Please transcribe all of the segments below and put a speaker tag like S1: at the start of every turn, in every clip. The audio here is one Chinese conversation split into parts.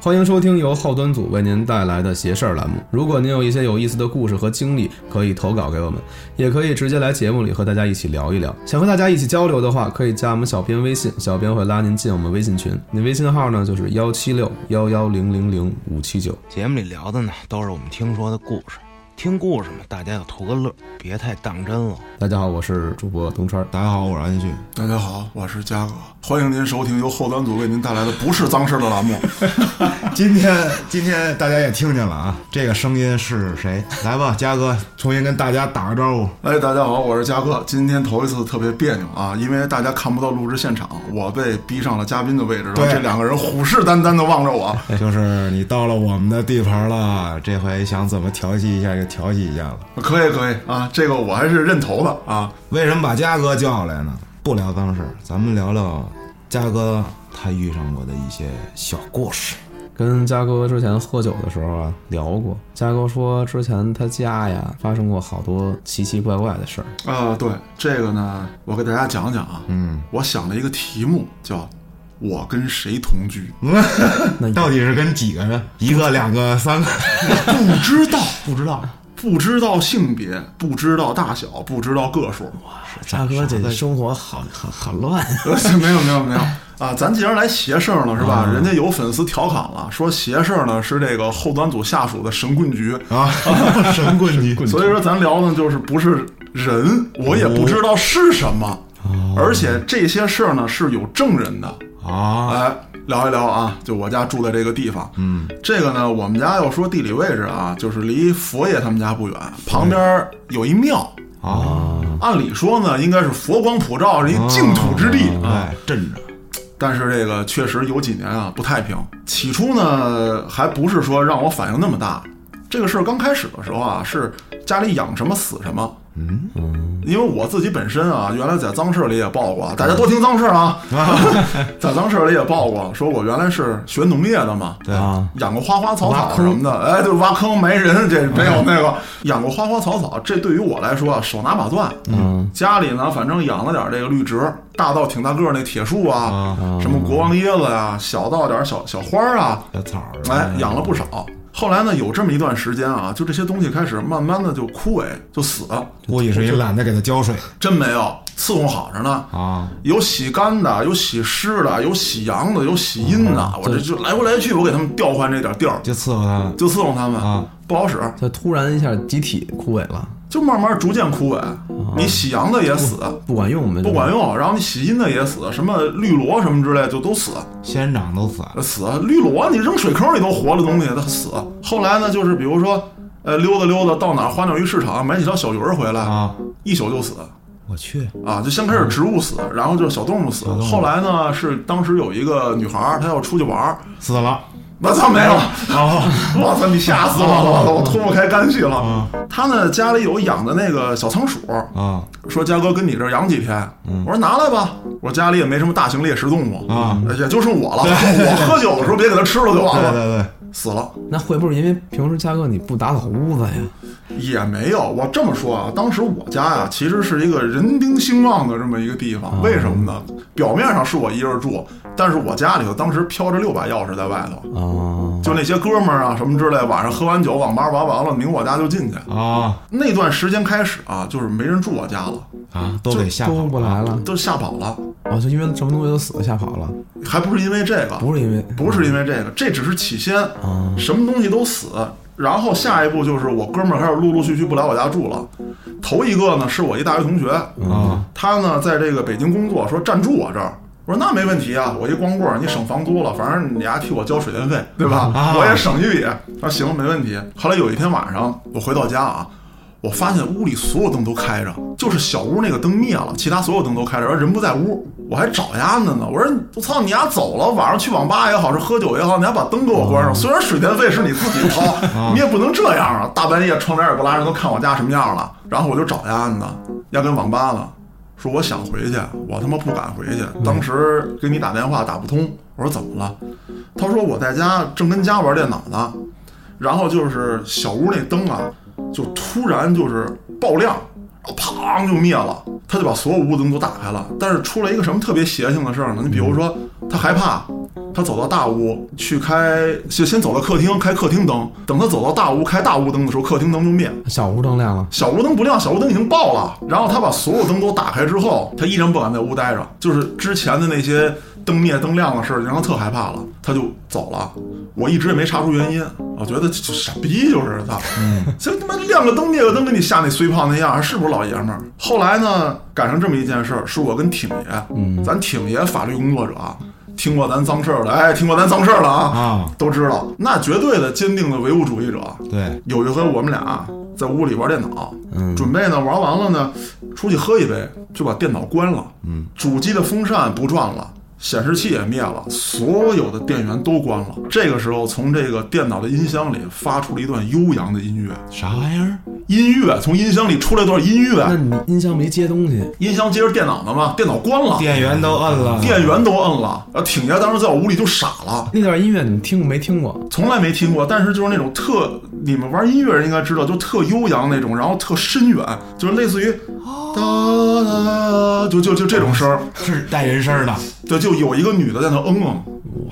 S1: 欢迎收听由后端组为您带来的“邪事儿”栏目。如果您有一些有意思的故事和经历，可以投稿给我们，也可以直接来节目里和大家一起聊一聊。想和大家一起交流的话，可以加我们小编微信，小编会拉您进我们微信群。那微信号呢，就是幺七六幺幺零零零五七九。
S2: 节目里聊的呢，都是我们听说的故事。听故事嘛，大家要图个乐，别太当真了。
S1: 大家好，我是主播东川。
S3: 大家好，我是安旭。
S4: 大家好，我是嘉哥，欢迎您收听由后端组为您带来的不是脏事儿的栏目。
S3: 今天今天大家也听见了啊，这个声音是谁？来吧，嘉哥，重新跟大家打个招呼。
S4: 哎，大家好，我是嘉哥，今天头一次特别别扭啊，因为大家看不到录制现场，我被逼上了嘉宾的位置，然后
S3: 对
S4: 这两个人虎视眈眈的望着我。
S3: 哎就是你到了我们的地盘了，这回想怎么调戏一下就调戏一下了。
S4: 可以可以啊，这个我还是认头的啊。
S3: 为什么把嘉哥叫来呢？不聊脏事儿，咱们聊聊嘉哥他遇上过的一些小故事。
S1: 跟嘉哥之前喝酒的时候啊聊过，嘉哥说之前他家呀发生过好多奇奇怪怪的事儿。
S4: 啊，对这个呢，我给大家讲讲啊。
S3: 嗯，
S4: 我想了一个题目，叫“我跟谁同居
S1: 那
S3: 到哎底是跟几个人？一个、两个、三个？”，
S4: 不知道，不知道，不知道性别，不知道大小，不知道个数。
S1: 嘉哥这生活好好好乱。啊
S4: 呃，没有没有没嗯有啊，咱既然来邪事儿了是吧？人家有粉丝调侃了，说邪事儿呢是这个后端组下属的神棍局，
S3: 啊，神棍局。
S4: 所以说咱聊的就是不是人，我也不知道是什么，而且这些事儿呢是有证人的。
S3: 啊，
S4: 哎，聊一聊啊，就我家住的这个地方，嗯，这个呢，我们家要说地理位置啊，就是离佛爷他们家不远，旁边有一庙。
S3: 啊，
S4: 按理说呢，应该是佛光普照，是一净土之地啊。
S3: 哎，镇着。
S4: 但是这个确实有几年啊不太平。起初呢，还不是说让我反应那么大。这个事儿刚开始的时候啊，是家里养什么死什么。嗯，因为我自己本身啊，原来在脏事儿里也报过啊，大家多听脏事儿啊，在脏事儿里也报过，说我原来是学农业的嘛，
S3: 对
S1: 啊，
S4: 养过花花草草什么的，哎，对，挖坑埋人，这没有那个养过花花草草，这对于我来说啊，手拿把攥。
S1: 嗯，
S4: 家里呢，反正养了点这个绿植，大到挺大个儿那铁树啊，
S3: 啊
S4: 什么国王椰子呀、小到点儿小小花儿啊，
S3: 小草儿，
S4: 哎，养了不少。后来呢，有这么一段时间啊，就这些东西开始慢慢的就枯萎，就死，
S3: 估计是也懒得给它浇水
S4: 真没有伺候好着呢。
S3: 啊。
S4: 有洗干的，有洗湿的，有洗阳的，有洗阴的，我这就来回来去，我给他们调换这点地儿，
S3: 就伺候他们。
S4: 就伺候他们，
S3: 啊
S4: 不好使，
S1: 他突然一下集体枯萎了，
S4: 就慢慢逐渐枯萎。
S3: 啊
S4: 你洗阳的也死，
S1: 不管用，我们
S4: 不管用，然后你洗阴的也死，什么绿萝什么之类就都死，
S3: 仙人掌都死了，
S4: 死啊绿萝你扔水坑里都活的东西它死。后来呢，就是比如说，呃，溜达溜达到哪儿花鸟鱼市场买几条小鱼儿回来，
S3: 啊！
S4: 一宿就死
S3: 我去
S4: 啊，就先开始植物死，然后就是小动物死。
S3: 动物
S4: 后来呢，是当时有一个女孩儿她要出去玩儿，
S3: 死了，
S4: 我操没了。
S3: 哦，
S4: 我操！你吓死我了！我操！我脱不开干系了。
S3: 嗯
S4: 他呢，家里有养的那个小仓鼠，
S3: 啊
S4: 说佳哥跟你这儿养几天？我说拿来吧。我家里也没什么大型猎食动物
S3: 嗯啊，
S4: 也就剩我了。我喝酒的时候别给它吃了就完
S3: 对
S4: 了。
S3: 对
S4: 死了
S1: 那会不会因为平时嘉哥你不打扫屋子呀？
S4: 也没有。我这么说啊，当时我家呀、其实是一个人丁兴旺的这么一个地
S3: 啊
S4: 方。为什么呢？表面上是我一人住，但是我家里头当时飘着六把钥匙在外头。
S1: 啊，
S4: 就那些哥们儿啊，什么之类，晚上喝完酒，网吧玩完了，明我家就进去。
S3: 对啊
S4: 那段时间开始啊，就是没人住我家了，
S3: 啊，都给吓跑
S1: 都
S3: 了
S1: 不来了，
S4: 都吓跑了，
S1: 哦，就因为什么东西都死了吓跑了，
S4: 还不是因为这个，
S1: 不是因为
S4: 不是因为这个，这只是起先，
S1: 啊，
S4: 什么东西都死。然后下一步就是我哥们儿开始陆陆续续不来我家住了。头一个呢是我一大学同学，
S3: 啊！
S4: 他呢在这个北京工作，说暂住我这儿。我说那没问题啊，我一光棍儿，你省房租了，反正你丫替我交水电费，对吧？
S3: 啊
S4: 我也省一笔。他说行，没问题。后来有一天晚上，我回到家啊，我发现屋里所有灯都开着，就是小屋那个灯灭了，其他所有灯都开着，而人不在屋，我还找丫呢呢。我说我操，你丫走了，晚上去网吧也好，是喝酒也好，你丫把灯给我关上。虽然水电费是你自己掏，你也不能这样啊！大半夜窗帘也不拉，人都看我家什么样了。然后我就找丫呢，丫跟网吧了。说我想回去，我他妈不敢回去。当时给你打电话打不通，我说怎么了？他说我在家正跟家玩电脑呢，然后就是小屋那灯啊，就突然就是爆亮，然后砰就灭了。他就把所有屋灯都打开了，但是出了一个什么特别邪性的事儿呢？你比如说，他害怕，他走到大屋去开，就先走到客厅开客厅灯，等他走到大屋开大屋灯的时候，客厅灯就灭了。
S1: 小屋灯亮了，
S4: 小屋灯不亮，小屋灯已经爆了。然后他把所有灯都打开之后，他依然不敢在屋待着，就是之前的那些灯灭、灯亮的事儿，让他特害怕了，他就走了。我一直也没查出原因，我觉得就傻逼就是 他，这他妈亮个灯灭个灯，给你吓那衰胖那样，是不是老爷们儿？后来呢，赶上这么一件事儿，是我跟挺爷，咱挺爷法律工作者啊。听过咱脏事儿的，哎，听过咱脏事儿了啊，
S3: 啊，
S4: 都知道，那绝对的坚定的唯物主义者，
S3: 对，
S4: 有一回我们俩在屋里玩电脑，准备呢玩完了呢，出去喝一杯，就把电脑关了，嗯，主机的风扇不转了。显示器也灭了，所有的电源都关了。这个时候，从这个电脑的音箱里发出了一段悠扬的音乐，
S3: 啥玩意儿？
S4: 音乐从音箱里出来一段音
S1: 那
S4: 乐，
S1: 你音箱没接东西，
S4: 音箱接着电脑的嘛，电脑关了，
S3: 电源都摁了，
S4: 电源都摁了。然后挺爷当时在我屋里就傻了，
S1: 那段音乐你们听过没听过？
S4: 从来没听过，但是就是那种特，你们玩音乐人应该知道，就特悠扬那种，然后特深远，就是类似于哒哒，就就就这种声儿，
S3: 是带人声儿的，
S4: 对，就有一个女的在那嗯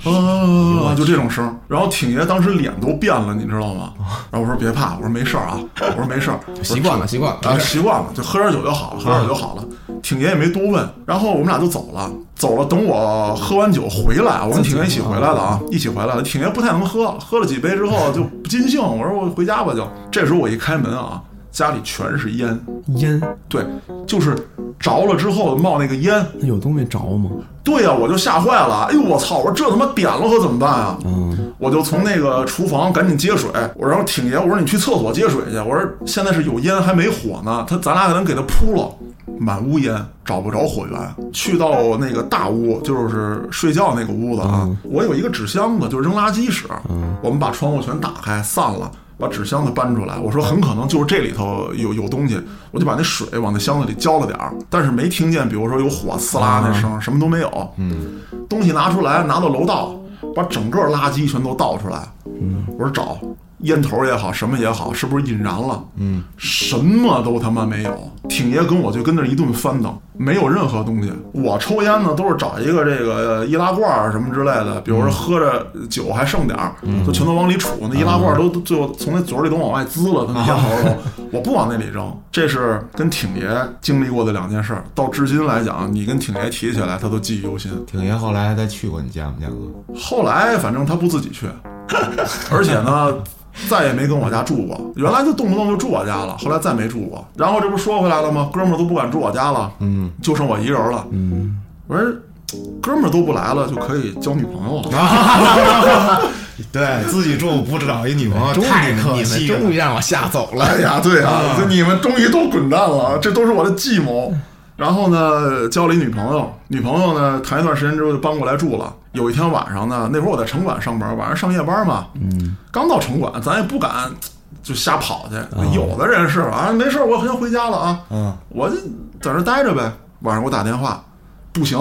S4: 嗯，啊，就这种声儿。然后挺爷当时脸都变了，你知道吗？然后我说别怕，我说没事儿啊，我说没 事儿，
S1: 习惯了，习惯了。
S4: 啊，习惯了，就喝点酒就好了，喝点酒就好了。挺爷也没多问，然后我们俩就走了。走了，等我喝完酒回来，我跟挺爷一起回来的啊，一起回来的。挺爷不太能喝，喝了几杯之后就不尽兴，我说我回家吧就。这时候我一开门啊，家里全是烟，
S1: 烟，
S4: 对，就是着了之后冒那个烟。
S1: 那有东西着吗？
S4: 对呀、我就吓坏了，哎呦我操，我说这他妈点了可怎么办啊？
S1: 嗯，
S4: 我就从那个厨房赶紧接水，我让挺爷，我说你去厕所接水去，我说现在是有烟还没火呢，他咱俩可能给他扑了，满屋烟找不着火源，去到那个大屋，就是睡觉那个屋子啊，我有一个纸箱子，就是扔垃圾使，我们把窗户全打开散了。把纸箱子搬出来，我说很可能就是这里头有有东西，我就把那水往那箱子里浇了点儿，但是没听见，比如说有火呲啦那声，什么都没有。啊嗯，东西拿出来，拿到楼道，把整个垃圾全都倒出来。嗯，我说找烟头也好，什么也好，是不是引燃了？嗯，什么都他妈没有。挺爷跟我就跟那儿一顿翻腾，没有任何东西。我抽烟呢，都是找一个这个呃易拉罐儿什么之类的，比如说喝着酒还剩点儿，就全都往里杵。那易拉罐儿都都最后从那嘴儿里都往外滋了，他那烟头儿都，我不往那里扔。这是跟挺爷经历过的两件事儿，到至今来讲，你跟挺爷提起来，他都记忆犹新。
S3: 挺爷后来还再去过你家吗，嘉哥？
S4: 后来反正他不自己去， 而且呢，再也没跟我家住过。原来就动不动就住我家了，后来再没住过。然后这不说回来了吗？哥们儿都不敢住我家了，嗯，就剩我一人了。嗯，我说哥们儿都不来了，就可以交女朋友了。
S3: 对自己住不找一女
S1: 哎
S3: 朋友，啊太可惜了。
S1: 于让我吓走 了。
S4: 哎呀，对啊，你们终于都滚蛋了，这都是我的计谋。然后呢，交了一女朋友，女朋友呢谈一段时间之后就搬过来住了。有一天晚上呢，那会儿我在城管上班，晚上上夜班嘛，嗯，刚到城管，咱也不敢就瞎跑去。有的人是啊，没事儿，我先回家了啊，
S3: 嗯，
S4: 我就在这待着呗。晚上给我打电话，不行，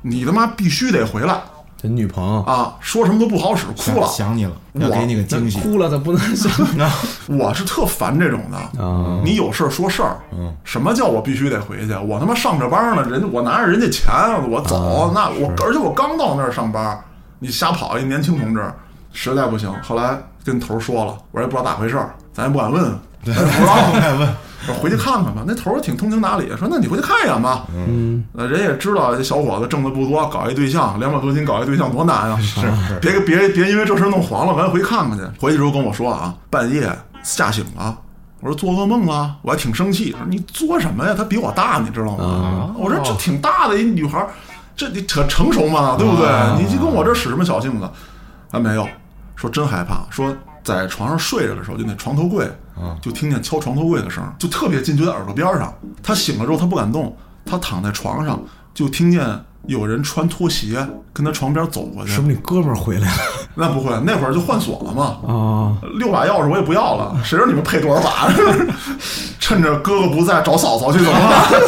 S4: 你他妈必须得回来
S1: 这女朋友
S4: 啊！说什么都不好使，哭了。
S3: 想你了，要给你个惊喜
S1: 那。哭了，她不能 想
S4: 我是特烦这种的，
S1: 啊。
S4: 你有事儿说事儿，什么叫我必须得回去？我他妈上着班呢，人家我拿着人家钱，我走，那我而且我刚到那儿上班，你瞎跑一年轻同志，实在不行。后来跟头儿说了，我也不知道咋回事儿，咱也不敢 问，咱也不知道，我说回去看看吧。那头儿挺通情达理，说那你回去看一眼吧。嗯，那人也知道这小伙子挣的不多，搞一对象两百多斤搞一对象多难啊！ 是，别别别因为这事儿弄黄了，咱回去看看去。回去之后跟我说啊，半夜吓醒了。我说做噩梦了，我还挺生气。说你作什么呀？她比我大，你知道吗？我说这挺大的一女孩儿，这你成成熟嘛，对不对？你就跟我这使什么小性子？啊，没有，说真害怕，说在床上睡着的时候，就那床头柜，就听见敲床头柜的声儿，就特别近，就在耳朵边儿上。他醒了之后，他不敢动，他躺在床上就听见有人穿拖鞋跟他床边走过去
S1: 是。不是你哥们儿回来了
S4: 那不会，那会儿就换锁了嘛，
S1: 啊？
S4: 六把钥匙我也不要了，谁让你们配多少把？ 趁着哥哥不在找嫂嫂去怎么办？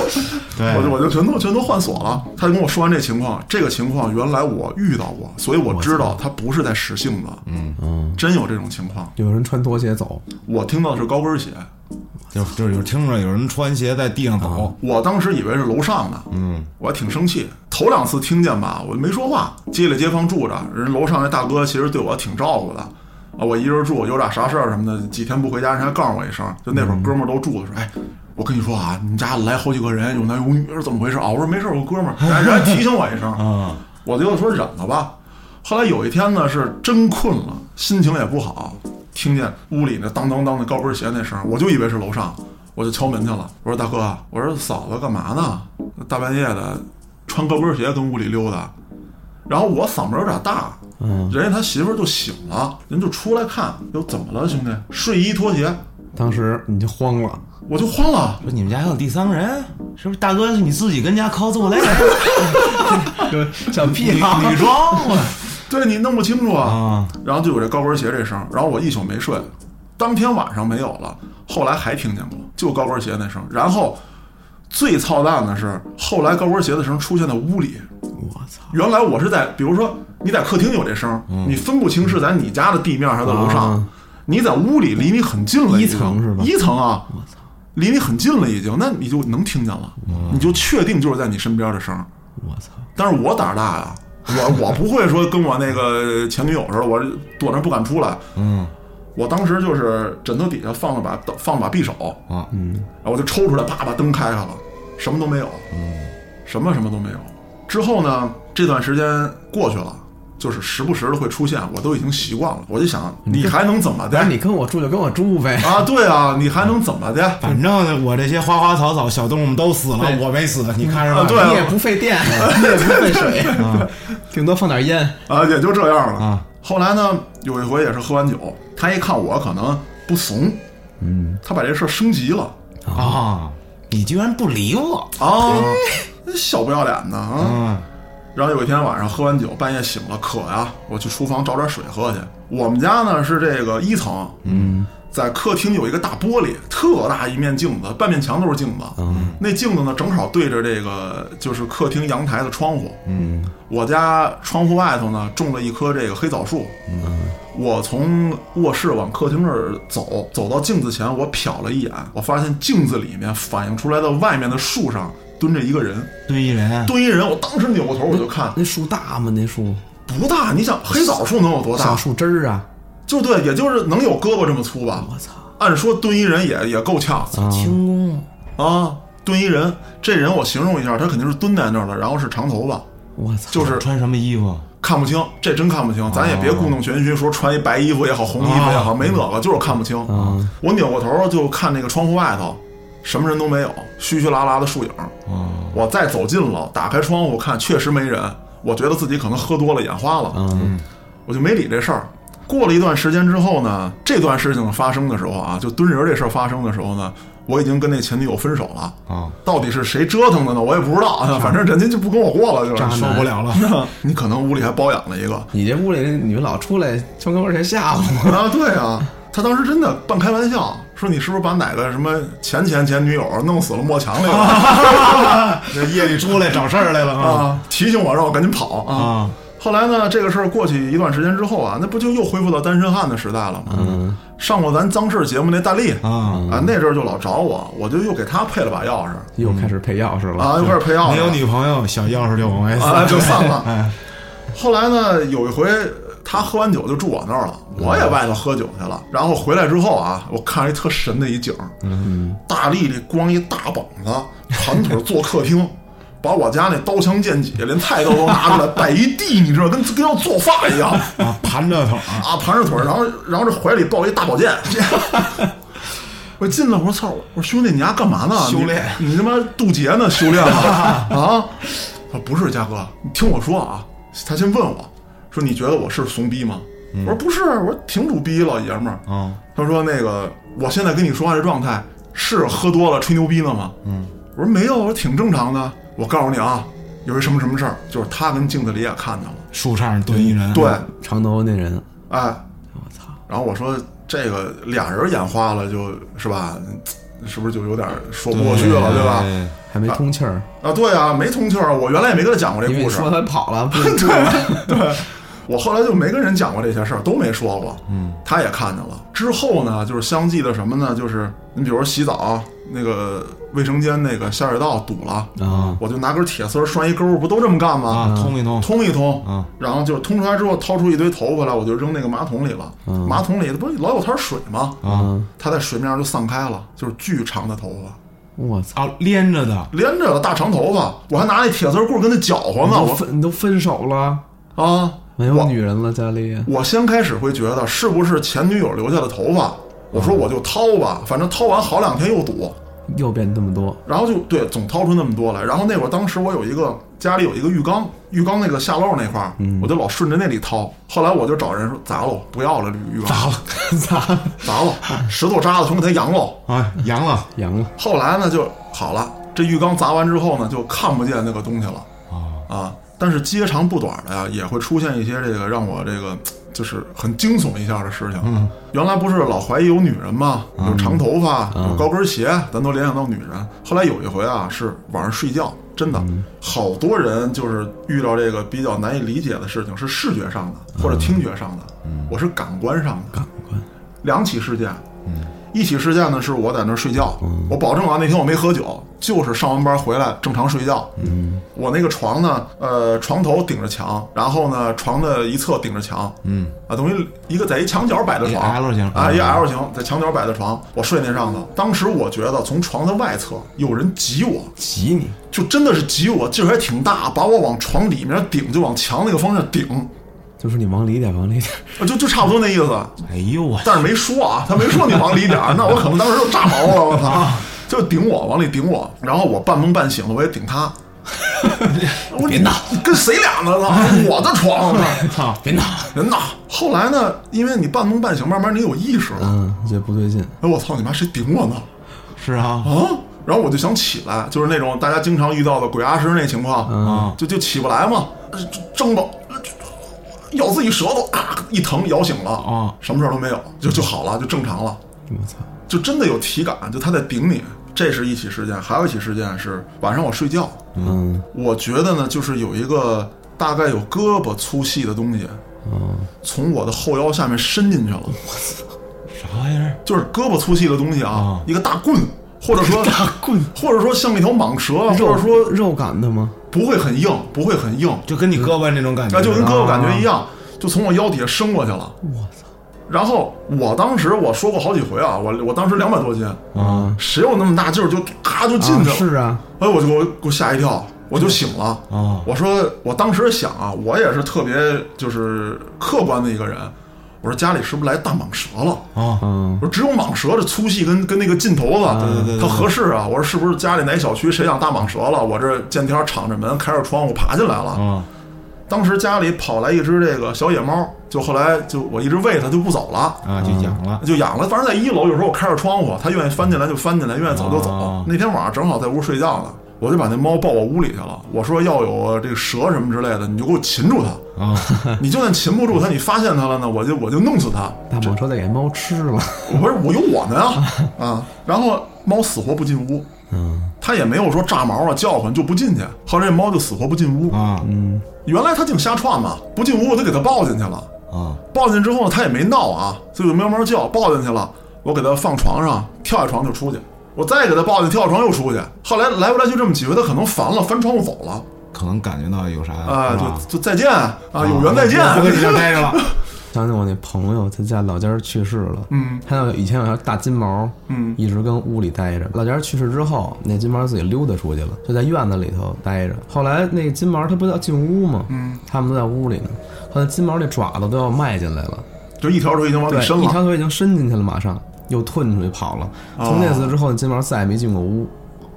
S3: 对
S4: 我就我就全都全都换锁了。他就跟我说完这情况，这个情况原来我遇到过，所以我知道他不是在使性子，嗯嗯，真有这种情况。
S1: 有人穿拖鞋走，
S4: 我听到的是高跟鞋，
S3: 就就有听着有人穿鞋在地上走，
S4: 我当时以为是楼上的，嗯，我还挺生气。头两次听见吧，我没说话。街里街坊住着，人楼上那大哥其实对我挺照顾的。啊，我一人住，有点啥事儿什么的，几天不回家，人还告诉我一声。就那会儿哥们儿都住的，说，哎，我跟你说啊，你们家来好几个人，有男有女，是怎么回事啊？我说没事，我哥们儿，人家还提醒我一声 啊，我就说忍了吧。后来有一天呢，是真困了，心情也不好，听见屋里那当当当的高跟鞋那声儿，我就以为是楼上，我就敲门去了。我说大哥，我说嫂子干嘛呢？大半夜的穿高跟鞋跟屋里溜达。然后我嗓门有点大，嗯，人家他媳妇儿就醒了，人就出来看，又怎么了，兄弟？睡衣拖鞋，
S1: 当时你就慌了，
S4: 我就慌了。
S2: 说你们家还有第三个人，是不是？大哥是你自己跟家靠自我来，
S1: 就 小屁孩
S2: 女装嘛。
S4: 啊 对你弄不清楚啊
S2: 啊。
S4: 然后就有这高跟鞋这声儿，然后我一宿没睡，当天晚上没有了，后来还听见过，就高跟鞋那声儿。然后最操蛋的是，后来高跟鞋的声儿出现在屋里。
S1: 我操，
S4: 原来我是在，比如说你在客厅有这声儿，你分不清是在你家的地面还是在楼
S1: 嗯
S4: 上，
S1: 啊
S4: 你在屋里离你很近了，
S1: 一
S4: 已经
S1: 层是吧
S4: 一层啊，离你很近了已经，那你就能听见了，你就确定就是在你身边的声儿。
S1: 嗯我操，
S4: 但是我胆儿大呀、我我不会说跟我那个前女友似的，我躲那儿不敢出来。
S3: 嗯
S4: 我当时就是枕头底下放了把放了把匕首，
S3: 啊，
S4: 然后我就抽出来，啪把灯开开了，什么都没有，什么什么都没有。之后呢，这段时间过去了，就是时不时的会出现，我都已经习惯了。我就想，你还能怎么的
S1: 但是你跟我住就跟我住呗，
S4: 啊？对啊，你还能怎么的？
S3: 反正我这些花花草草小动物都死了，我没死，你看着
S4: 啊
S3: 吧。
S4: 对啊
S1: 你也不费 电，你也不费水，顶多放点烟，
S4: 啊，也就这样了。
S3: 啊
S4: 后来呢，有一回也是喝完酒，他一看我可能不怂，嗯，他把这事儿升级了
S3: 啊，
S2: 你居然不理我，
S4: 啊，小不要脸的啊。
S3: 嗯，
S4: 然后有一天晚上喝完酒，半夜醒了，渴呀，我去厨房找点水喝去。我们家呢是这个一层，嗯，在客厅有一个大玻璃，特大一面镜子，半面墙都是镜子。嗯，那镜子呢正好对着这个就是客厅阳台的窗户。嗯，我家窗户外头呢种了一棵这个黑枣树。嗯，我从卧室往客厅这儿走，走到镜子前，我瞟了一眼，我发现镜子里面反映出来的外面的树上蹲着一个人，
S3: 对一人，
S4: 蹲一人，我当时扭过头我就看。
S1: 那树大吗？那树
S4: 不大，你想黑枣树能有多
S1: 小
S4: 大？
S1: 树枝儿啊，
S4: 就对，也就是能有胳膊这么粗吧。
S1: 我操，
S4: 按说蹲一人也也够呛
S2: 轻功
S4: 啊，蹲一人，这人我形容一下，他肯定是蹲在那儿的，然后是长头发，
S1: 我操，
S4: 就是
S2: 穿什么衣服？
S4: 看不清，这真看不清，咱也别故弄玄虚，说穿一白衣服也好，红衣服也好，没那个，就是看不清。我扭过头就看那个窗户外头，什么人都没有，虚虚拉拉的树影。我再走近了，打开窗户看，确实没人。我觉得自己可能喝多了，眼花了，我就没理这事儿。过了一段时间之后呢，这段事情发生的时候啊，就蹲人这事儿发生的时候呢，我已经跟那前女友分手了。
S3: 啊，
S4: 到底是谁折腾的呢？我也不知道哦啊，反正人家就不跟我过了，就是
S1: 渣男
S4: 受不了 了。你可能屋里还包养了一个，
S1: 你这屋里你们老出来穿高跟鞋吓唬我，
S4: 啊，对啊，他当时真的半开玩笑说：“你是不是把哪个什么前前前女友弄死了抹墙里了
S3: 这夜里出来找事儿来了？”啊
S4: 啊，提醒我让我赶紧跑啊！
S3: 啊，
S4: 后来呢，这个事儿过去一段时间之后啊，那不就又恢复到单身汉的时代了吗？嗯，上过咱脏事儿节目那戴笠
S3: 啊
S4: 那阵儿就老找我，我就又给他配了把钥匙
S1: 又开始配钥匙了
S4: 啊，又开始配钥匙，
S3: 没有女朋友，小钥匙就往外
S4: 啊，
S3: 塞，
S4: 就散
S3: 哎
S4: 了。后来呢，有一回他喝完酒就住我那儿了，
S3: 嗯
S4: 我也外头喝酒去了。然后回来之后啊，我看了一特神的一景儿，
S3: 嗯
S4: 大丽丽光一大膀子，盘腿坐客厅。 把我家那刀枪剑戟连菜刀都拿出来摆一地，你知道，跟跟要做饭一样
S3: 啊，盘着腿儿，
S4: 啊，盘着腿儿，然后然后这怀里抱一大宝剑。 我进来，我说操，我说兄弟，你丫干嘛呢？
S3: 修炼
S4: 你，你他妈渡劫呢？修 炼吗？啊？他说不是，嘉哥，你听我说啊。他先问我，说你觉得我是怂逼吗？我说不是，我说挺主逼老爷们儿。
S3: 啊
S4: 他说那个，我现在跟你说话这状态是喝多了吹牛逼呢吗？嗯，我说没有，我说挺正常的。我告诉你啊，有一什么什么事儿，就是他跟镜子里也看见了。
S3: 树杈上蹲一人，
S4: 对，
S1: 长头发那人，
S4: 哎，
S1: 我操，
S4: 然后我说这个俩人眼花了就，是吧？是不是就有点说不过去了，对吧？啊
S1: 还没通气儿，
S4: 啊，对啊，没通气儿，我原来也没跟他讲过这
S1: 因为
S4: 故
S1: 你
S4: 事
S1: 说。他跑了，不对，
S4: 对，我后来就没跟人讲过这些事儿，都没说过。嗯，他也看见了。之后呢，就是相继的什么呢？就是你比如说洗澡那个卫生间那个下水道堵了，
S1: 啊
S4: 我就拿根铁丝儿拴一钩儿，不都这么干吗？
S1: 嗯
S3: 啊，通一通，
S4: 通一通，
S3: 啊
S4: 然后就是通出来之后掏出一堆头发来，我就扔那个马桶里了。马桶里不是老有滩水吗？
S1: 啊！
S4: 它在水面上就散开了，就是巨长的头发，
S1: 我操！
S3: 啊，连着的，
S4: 连着的大长头发，我还拿那铁丝棍儿跟他搅和呢。
S1: 你都
S4: 我
S1: 分你都分手了，
S4: 啊，
S1: 没有
S4: 我
S1: 女人了，家里
S4: 我先开始会觉得是不是前女友留下的头发，我说我就掏吧，反正掏完好两天又堵，
S1: 又变这么 多，
S4: 然后就对总掏出那么多来。然后那会儿当时我有一个家里有一个浴缸，浴缸那个下漏那块儿，我就老顺着那里掏。后来我就找人说砸喽，不要了浴缸，砸了，砸了，石头渣子全给它扬喽。
S3: 啊，阳了，
S1: 阳了，
S4: 后来呢就好了，这浴缸砸完之后呢，就看不见那个东西了。啊，但是接长不短的呀，也会出现一些这个让我这个就是很惊悚一下的事情。原来不是老怀疑有女人吗？有长头发，有高跟鞋，咱都联想到女人。后来有一回啊，是晚上睡觉，真的，好多人就是遇到这个比较难以理解的事情，是视觉上的或者听觉上的，我是感官上的。感
S1: 官
S4: 两起事件。一起事件呢，是我在那儿睡觉，我保证啊，那天我没喝酒，就是上完班回来正常睡觉。嗯，我那个床呢，呃，床头顶着墙，然后呢，床的一侧顶着墙。嗯，啊，等于一个在一墙角摆的
S3: 一
S4: 床
S3: L 型
S4: 啊，一
S3: 嗯
S4: L 型在墙角摆的床，我睡那上头。当时我觉得从床的外侧有人挤我，
S1: 挤你，
S4: 就真的是挤我，劲儿还挺大，把我往床里面顶，就往墙那个方向顶，
S1: 就是你往里点，往里点，
S4: 啊就就差不多那意思。
S3: 哎呦我，
S4: 但是没说啊，他没说你往里点 儿，那我可能当时就炸毛了，我操！就顶我，往里顶我，然后我半梦半醒的，我也顶 他。我别闹，跟谁俩 呢？操，我的床，我操
S3: 操，
S1: 别闹，
S4: 人呐。后来呢，因为你半梦半醒，慢慢你有意识了。
S1: 嗯，这不对劲，
S4: 哎，我操你妈，谁顶我呢？
S3: 是啊，
S4: 啊！然后我就想起来，就是那种大家经常遇到的鬼压身那情况，
S1: 嗯
S3: 啊，
S4: 就就起不来嘛，呃就挣吧，呃就咬自己舌头，啊，一疼咬醒了，
S3: 啊，
S4: 什么事儿都没有，就就好了，就正常了。
S1: 我操，
S4: 就真的有体感，就他在顶你。这是一起事件，还有一起事件是晚上我睡觉，
S1: 嗯，
S4: 我觉得呢，就是有一个大概有胳膊粗细的东西，
S1: 嗯
S4: 从我的后腰下面伸进去了，
S3: 啥玩意儿？
S4: 就是胳膊粗细的东西啊，一个大棍，或 者说大棍，或者说像一条蟒蛇，啊或
S1: 肉
S4: 者说
S1: 肉感的吗？
S4: 不会很硬，不会很硬，
S1: 啊
S3: 就跟你胳膊那种感觉，
S4: 啊，就跟胳膊感觉一样，就从我腰底下伸过去了。我操！然后我当时我说过好几回啊，我我当时两百多斤，
S1: 啊，
S4: 谁有那么大劲儿就咔就进去了？
S1: 是啊，
S4: 哎，我就给我给我吓一跳，我就醒了。
S3: 啊
S4: 我说我当时想啊，我也是特别就是客观的一个人，我说家里是不是来大蟒蛇了？
S3: 啊，
S1: 嗯
S4: 我，说只有蟒蛇的粗细跟跟那个劲头子，啊对
S3: 对对对
S4: 它合适啊。我说是不是家里哪小区谁养大蟒蛇了？我这见天儿敞着门开着窗户爬进来了。
S3: 啊，
S4: 当时家里跑来一只这个小野猫，就后来就我一直喂它就不走了。
S3: 啊，
S1: 嗯
S3: 就痒了，
S4: 就养了，反正在一楼，有时候我开着窗户，它愿意翻进来就翻进来，愿意走就走。
S3: 啊
S4: 那天晚上正好在屋睡觉呢，我就把那猫抱我屋里去了。我说要有这个蛇什么之类的，你就给我擒住 它。
S3: 啊，
S4: 你就算擒不住它，你发现它了呢，我就我就弄死它。
S1: 大蟒蛇得给猫吃了，
S4: 我不是我有我呢呀啊！然后猫死活不进屋，
S1: 嗯，
S4: 它也没有说炸毛啊叫唤就不进去。后来这猫就死活不进屋，
S3: 啊，
S1: 嗯
S4: 原来它净瞎串嘛，不进屋我就给它抱进去了。
S3: 啊，
S4: 抱进去之后呢，它也没闹啊，就喵喵叫，抱进去了。我给它放床上，跳下床就出去。我再给它抱进，跳下床又出去。后来来回来去这么几回，它可能烦了，翻窗户走了。
S3: 可能感觉到有啥
S4: 啊、
S3: 是吧
S4: 就就再见啊，有缘再见。
S3: 我不跟你这儿待着了，
S1: 想起我那朋友，他家老家儿去世了，
S4: 嗯
S1: 他有以前有条大金毛，
S4: 嗯
S1: 一直跟屋里待着。老家儿去世之后，那金毛自己溜达出去了，就在院子里头待着。后来那金毛它不要进屋吗？
S4: 嗯，
S1: 他们都在屋里呢。后来金毛那爪子都要迈进来了，
S4: 就一条腿已经往里
S1: 对
S4: 伸，
S1: 一
S4: 了。
S1: 条腿已经伸进去了，马上又吞出去跑了。从那次之后，金毛再也没进过屋。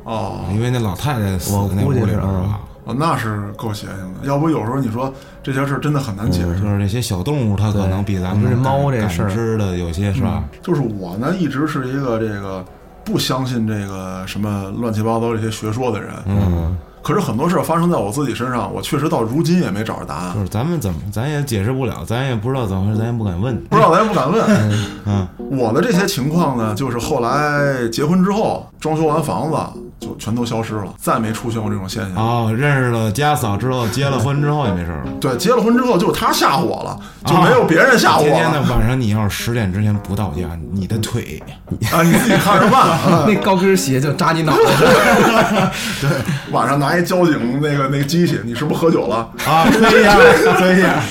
S4: 哦，
S3: 因为那老太太死
S1: 我
S3: 在那
S1: 估
S3: 屋
S1: 计
S3: 里边
S1: 是
S3: 儿吧
S1: 啊。
S4: 哦那是够邪性的。要不有时候你说这些事儿真的很难解释。
S3: 就是这些小动物，它可能比咱
S1: 你
S3: 们
S1: 说这嗯猫这
S3: 感
S1: 事儿嗯
S3: 感知的有些是吧？
S4: 就是我呢，一直是一个这个不相信这个什么乱七八糟这些学说的人。嗯，可是很多事儿发生在我自己身上，我确实到如今也没找着答案
S3: 就。是咱们怎么，咱也解释不了，咱也不知道怎么回事，咱也不敢问。
S4: 不知道咱也不敢问。嗯，我的这些情况呢，就是后来结婚之后装修完房子，就全都消失了，再没出现过这种现象。
S3: 哦，认识了家嫂之后，结了婚之后也没事儿了。
S4: 对，结了婚之后就是他吓唬我了，就没有别人吓唬
S3: 啊天
S4: 我
S3: 天的
S4: 了
S3: 晚上，你要是十点之前不到家，你的腿，
S4: 啊！你自己看着办。啊
S1: 那高跟鞋就扎你脑袋上，
S4: 晚上拿一交警那个那个机器，你是不是喝酒了？
S3: 啊，对呀，对呀，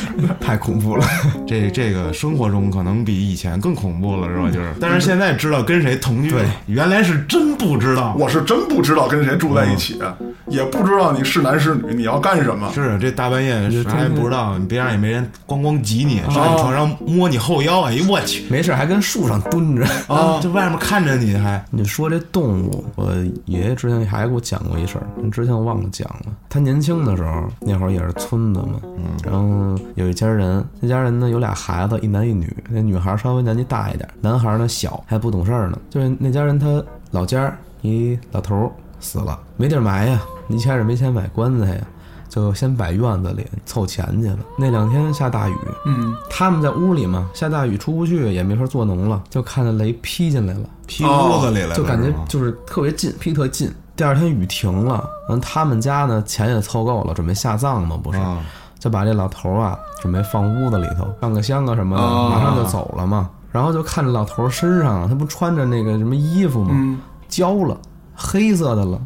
S1: 太恐怖了。
S3: 这这个生活中可能比以前更恐怖了，是吧？就是，但是现在知道跟谁同居，
S1: 对，
S3: 原来是真不知道。
S4: 我是真不知道跟谁住在一起，也不知道你是男是女，你要干什么。
S3: 是啊这哦大半夜啥也不知道，你别让也没人咣咣挤你，上你床上摸你后腰，哎呦我去
S1: 没事儿还跟树上蹲着。
S3: 啊！这外面看着你还
S1: 你说这动物，我爷爷之前还给我讲过一事儿，但之前我忘了讲了。他年轻的时候，那会儿也是村子嘛，然后有一家人，这家人呢有俩孩子，一男一女，那女孩稍微年纪大一点，男孩呢小还不懂事儿呢。就是那家人他老家儿一老头儿死了，没地儿埋呀，一开始没钱买棺材呀。就先摆院子里凑钱去了。那两天下大雨，嗯，他们在屋里嘛，下大雨出不去，也没法做农了，就看见雷劈进来了。
S3: 劈屋子里来了，
S1: 就感觉
S3: 是吗
S1: 就是特别近，劈特近。第二天雨停了，然后他们家呢钱也凑够了，准备下葬嘛，不是？
S3: 啊
S1: 就把这老头儿啊准备放屋子里头，上个香啊什么的，马上就走了嘛。然后就看这老头儿身上啊，他不穿着那个什么衣服嘛，
S3: 嗯
S1: 焦了，黑色的了，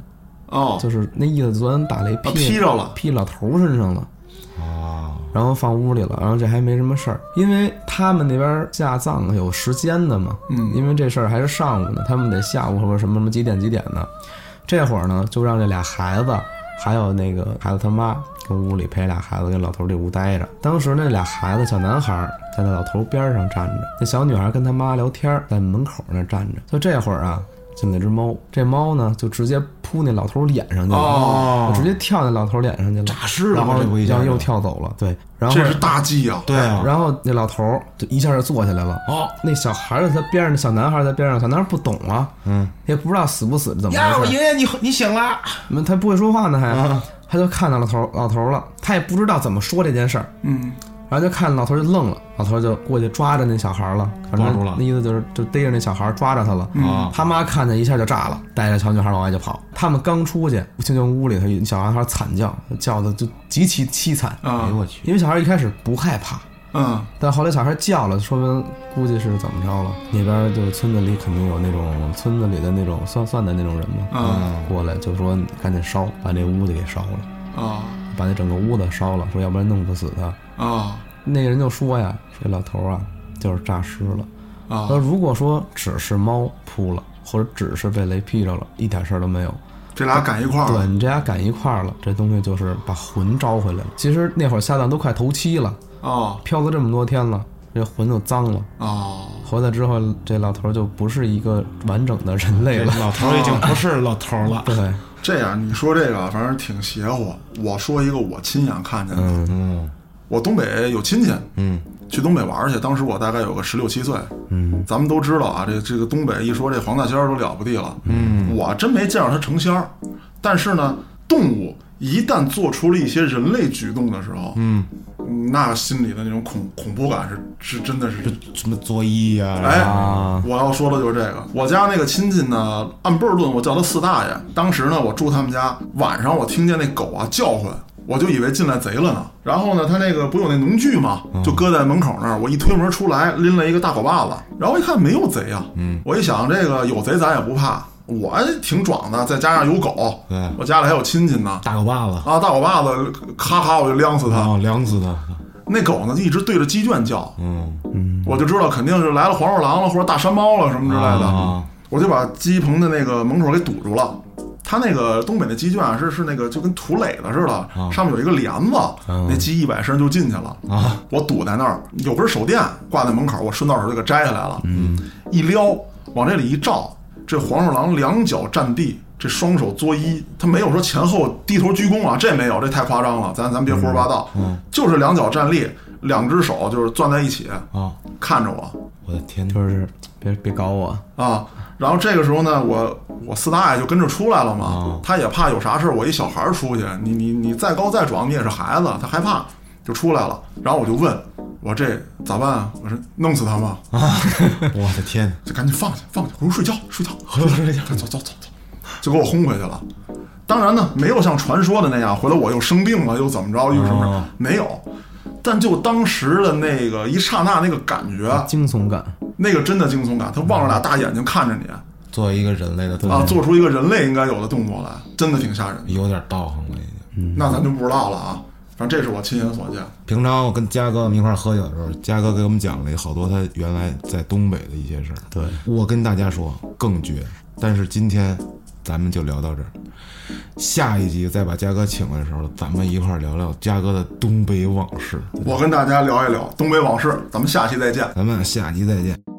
S4: 哦，
S1: 就是那意思，昨天打雷
S4: 啊劈着了哦
S1: 劈老头儿身上了。
S3: 啊，
S1: 然后放屋里了，然后这还没什么事儿，因为他们那边下葬有时间的嘛，嗯，因为这事儿还是上午呢，他们得下午或者什么什么几点几点的，这会儿呢就让这俩孩子还有那个孩子他妈跟屋里陪俩孩子跟老头儿这屋待着。当时那俩孩子小男孩儿在那老头儿边上站着，那小女孩跟他妈聊天儿，在门口那站着。就这会儿啊。进来只猫，这猫呢就直接扑那老头儿脸上去了，
S3: 哦
S1: 直接跳那老头儿脸上去了，
S3: 诈尸了
S1: 然后
S3: 这不一下
S1: 然后
S3: 就
S1: 又跳走了。对，然后
S4: 这是大忌啊！
S3: 对啊，
S1: 然后那老头儿就一下就坐起来了。
S3: 哦，
S1: 那小孩儿在他边上，小男孩儿在边上，小男孩儿不懂啊，嗯，也不知道死不死怎么
S3: 呀，哎我
S1: 回事
S3: 爷
S1: 儿，
S3: 爷你你醒了，
S1: 那他不会说话呢还，他就看到老头儿老头儿了，他也不知道怎么说这件事儿，
S4: 嗯，
S1: 然后就看老头儿就愣了，老头儿就过去抓着那小孩儿了，反
S3: 抓住
S1: 正
S3: 了
S1: 那意思就是就逮着那小孩儿抓着他了，
S3: 啊
S1: 他妈看见一下就炸了，带着小女孩儿往外就跑，他们刚出去，就就屋里头有小男孩儿惨叫，叫的就极其凄惨，
S3: 哎
S4: 啊
S3: 呦，我去，
S1: 因为小孩儿一开始不害怕，
S4: 嗯，
S1: 但后来小孩叫了，说明估计是怎么着了。那边就是村子里肯定有那种村子里的那种算算的那种人嘛，
S4: 嗯
S1: 过来就说你赶紧烧，把这屋子给烧了，
S4: 啊
S1: 把那整个屋子烧了，说要不然弄不死他。
S4: 啊
S1: 那人就说呀，这老头啊就是诈尸了。
S4: 啊
S1: 他！如果说只是猫扑了，或者只是被雷劈着了，一点事儿都没有，
S4: 这俩赶一块儿
S1: 对
S4: 了，
S1: 你这俩赶一块儿了，这东西就是把魂招回来了。其实那会儿下葬都快头七了，
S4: 啊
S1: 飘了这么多天了，这魂就脏了。
S4: 啊！
S1: 回来之后，这老头儿就不是一个完整的人类
S3: 这
S1: 了。
S3: 哎老头儿已经不是老头儿了，
S1: 对，
S4: 这样你说这个，反正挺邪乎。我说一个我亲眼看见的，
S3: 嗯，
S4: 我东北有亲戚，嗯，去东北玩儿去。当时我大概有个十六七岁，嗯，咱们都知道啊，这这个东北一说这黄大仙儿都了不地了，嗯，我真没见着他成仙儿。但是呢，动物一旦做出了一些人类举动的时候，嗯，那心里的那种恐恐怖感是是真的是
S3: 什么作揖呀、
S4: 哎
S1: 啊，
S4: 我要说的就是这个。我家那个亲戚呢，按辈儿论，我叫他四大爷。当时呢，我住他们家，晚上我听见那狗啊叫唤，我就以为进来贼了呢。然后呢，他那个不有那农具吗？就搁在门口那儿。我一推门出来，拎了一个大狗把子，然后一看没有贼啊。嗯，我一想这个有贼咱也不怕，我挺壮的，再加上有狗，
S3: 对
S4: 我家里还有亲戚呢。
S3: 大狗把子，
S4: 啊，大狗把子咔咔我就撩死他。
S3: 然后凉死他，
S4: 那狗呢就一直对着鸡圈叫，
S3: 嗯，
S4: 我就知道肯定是来了黄鼠狼了或者大山猫了什么之类的，
S3: 啊
S4: 我就把鸡棚的那个门口给堵住了。它那个东北那鸡圈啊是是那个就跟土垒子似的，上面有一个帘子，那鸡一摆身就进去了。
S3: 嗯啊，
S4: 我堵在那儿，有根手电挂在门口，我顺道手就给摘下来了，嗯，一撩往这里一照，这黄鼠狼两脚站地，这双手作揖，它没有说前后低头鞠躬啊，这没有，这太夸张了，咱咱别胡说八道，嗯，就是两脚站立，两只手就是攥在一起，
S3: 啊，
S4: 看着我
S3: 我的天，
S1: 就是别别搞我，
S4: 啊。然后这个时候呢，我我四大爷就跟着出来了嘛，
S3: 哦
S4: 他也怕有啥事儿，我一小孩儿出去，你你你再高再壮，你也是孩子，他害怕，就出来了。然后我就问，我说这咋办啊？我说弄死他吗？
S3: 我的天，
S4: 就赶紧放下，放下，回屋睡觉，睡觉，
S3: 回屋睡觉
S4: 走走走走。就给我轰回去了。当然呢，没有像传说的那样，回来我又生病了，又怎么着，又什么
S3: 哦
S4: 什么，没有。但就当时的那个一刹那那个感觉，
S1: 惊悚感。
S4: 那个真的惊悚感，他望着俩大眼睛看着你
S2: 作为一个人类的动
S4: 啊，
S2: 物，
S4: 做出一个人类应该有的动作来，真的挺吓人的。
S2: 有点道行了已经。
S4: 那咱就不知道了啊，反正这是我亲眼所见。
S3: 平常我跟嘉哥我们一块儿喝酒的时候，嘉哥给我们讲了好多他原来在东北的一些事儿。
S1: 对，
S3: 我跟大家说更绝，但是今天咱们就聊到这儿。下一集再把嘉哥请来的时候，咱们一块儿聊聊嘉哥的东北往事。
S4: 我跟大家聊一聊东北往事，咱们下期再见。
S3: 咱们下集再见。